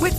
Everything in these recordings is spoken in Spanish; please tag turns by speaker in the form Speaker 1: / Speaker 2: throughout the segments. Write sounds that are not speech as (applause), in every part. Speaker 1: With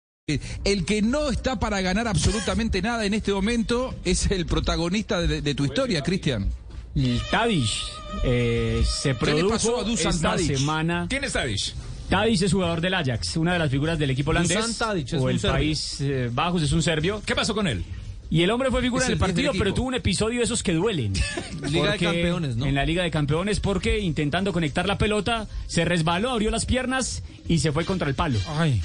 Speaker 2: El que no está para ganar absolutamente nada en este momento es el protagonista de, de tu historia, Cristian.
Speaker 3: Tadish eh, se
Speaker 2: le pasó
Speaker 3: produjo
Speaker 2: a Dusan
Speaker 3: esta
Speaker 2: Tadic?
Speaker 3: semana.
Speaker 4: ¿Quién es Tadic?
Speaker 3: Tadish es jugador del Ajax, una de las figuras del equipo
Speaker 2: Dusan
Speaker 3: holandés
Speaker 2: Tadic es
Speaker 3: o
Speaker 2: un
Speaker 3: el
Speaker 2: serbio.
Speaker 3: país eh, bajos es un serbio
Speaker 4: ¿Qué pasó con él?
Speaker 3: y el hombre fue figura
Speaker 2: Es
Speaker 3: del
Speaker 2: el líder del
Speaker 3: partido, pero
Speaker 2: equipo.
Speaker 3: tuvo un episodio de esos que duelen.
Speaker 2: (laughs) Liga de
Speaker 3: Porque
Speaker 2: Campeones, ¿no?
Speaker 3: En la Liga de Campeones porque intentando conectar la pelota se resbaló, abrió las piernas y se fue contra el palo.
Speaker 2: Ay,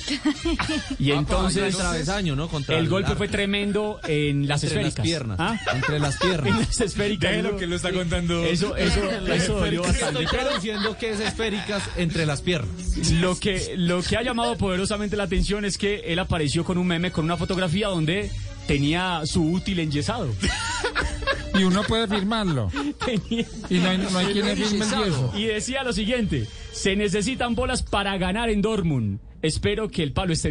Speaker 3: Y entonces
Speaker 2: ah, ¿no? Contra
Speaker 3: el golpe fue tremendo en las esféricas. ¿Ah?
Speaker 2: Entre las
Speaker 3: (laughs) En
Speaker 2: (laughs)
Speaker 3: las esféricas.
Speaker 4: Déjelo
Speaker 3: uno-
Speaker 4: que lo está contando.
Speaker 3: Eso, eso, eso dolió bastante.
Speaker 2: diciendo que es esféricas entre las piernas.
Speaker 3: Lo que, lo que ha llamado poderosamente la atención es que él apareció con un meme, con una fotografía donde tenía su útil enyesado.
Speaker 5: y uno puede firmarlo.
Speaker 3: Tenía-
Speaker 5: Y no hay, no hay quien le firme el yeso.
Speaker 3: y decía lo siguiente, se necesitan bolas para ganar en Dortmund. Espero que el palo esté...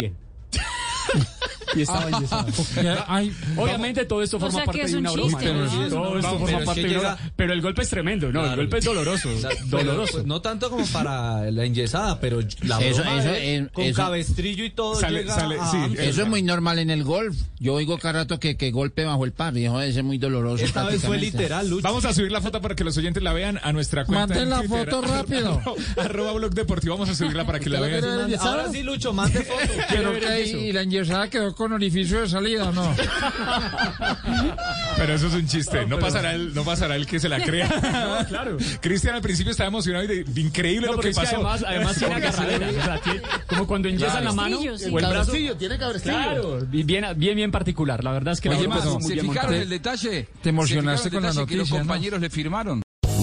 Speaker 3: bien. y estaba (laughs) enyesado.
Speaker 5: Ya, Ay,
Speaker 3: Obviamente todo esto forma
Speaker 6: sea que
Speaker 3: parte
Speaker 6: es
Speaker 3: de
Speaker 6: un
Speaker 3: una broma.
Speaker 6: chiste, ¿no?
Speaker 3: Todo
Speaker 2: Pero
Speaker 3: esto
Speaker 2: es
Speaker 3: forma
Speaker 2: que
Speaker 3: parte de una
Speaker 2: llega-
Speaker 3: broma. Pero el golpe es tremendo, ¿no?
Speaker 2: Claro.
Speaker 3: El
Speaker 2: pues,
Speaker 3: golpe es doloroso. doloroso.
Speaker 2: no tanto como para la enyesada, pero la
Speaker 7: Eso- broma eso de- es- con eso-
Speaker 2: cabestrillo y todo
Speaker 4: Sale- llega sale- a sí, Ámsterdam.
Speaker 7: Eso es muy normal en el golf. Yo oigo cada rato que, que golpe bajo el par. Dijo, ese es muy doloroso. prácticamente".
Speaker 2: Lucho.
Speaker 4: Vamos a subir la foto para que los oyentes la vean a nuestra cuenta.
Speaker 5: Mantén
Speaker 4: en
Speaker 5: la
Speaker 4: Twitter.
Speaker 5: foto
Speaker 4: (laughs)
Speaker 5: rápido.
Speaker 4: Arroba, arroba blog deportivo. Vamos a subirla para que la
Speaker 5: ¿Usted la
Speaker 4: vean.
Speaker 5: quiere ver? Ahora sí,
Speaker 2: Lucho, mande foto.
Speaker 5: pero que y la enyesada quedó con orificio de salida, ¿no?
Speaker 4: (laughs) Pero eso es un chiste. No pasará el, no pasará el que se la crea.
Speaker 2: (laughs)
Speaker 3: claro.
Speaker 4: Cristian al principio estaba emocionado y de- increíble lo
Speaker 3: porque
Speaker 4: que
Speaker 3: es
Speaker 4: pasó.
Speaker 3: que además, además tiene agarraderas. o sea, tiene- como cuando enyesan la mano
Speaker 6: Cabestrillo, sí.
Speaker 3: o el brazo.
Speaker 5: tiene cabrestillo.
Speaker 3: Claro, y bien, bien, bien particular. La verdad es que la
Speaker 5: Oye,
Speaker 3: ropa
Speaker 5: Max,
Speaker 3: estuvo muy
Speaker 2: ¿Se
Speaker 3: bien
Speaker 2: fijaron
Speaker 3: montada.
Speaker 2: el detalle?
Speaker 5: Te emocionaste
Speaker 2: ¿Se fijaron el
Speaker 5: con la
Speaker 2: detalle que los
Speaker 5: noticia, ¿no?
Speaker 2: compañeros le firmaron.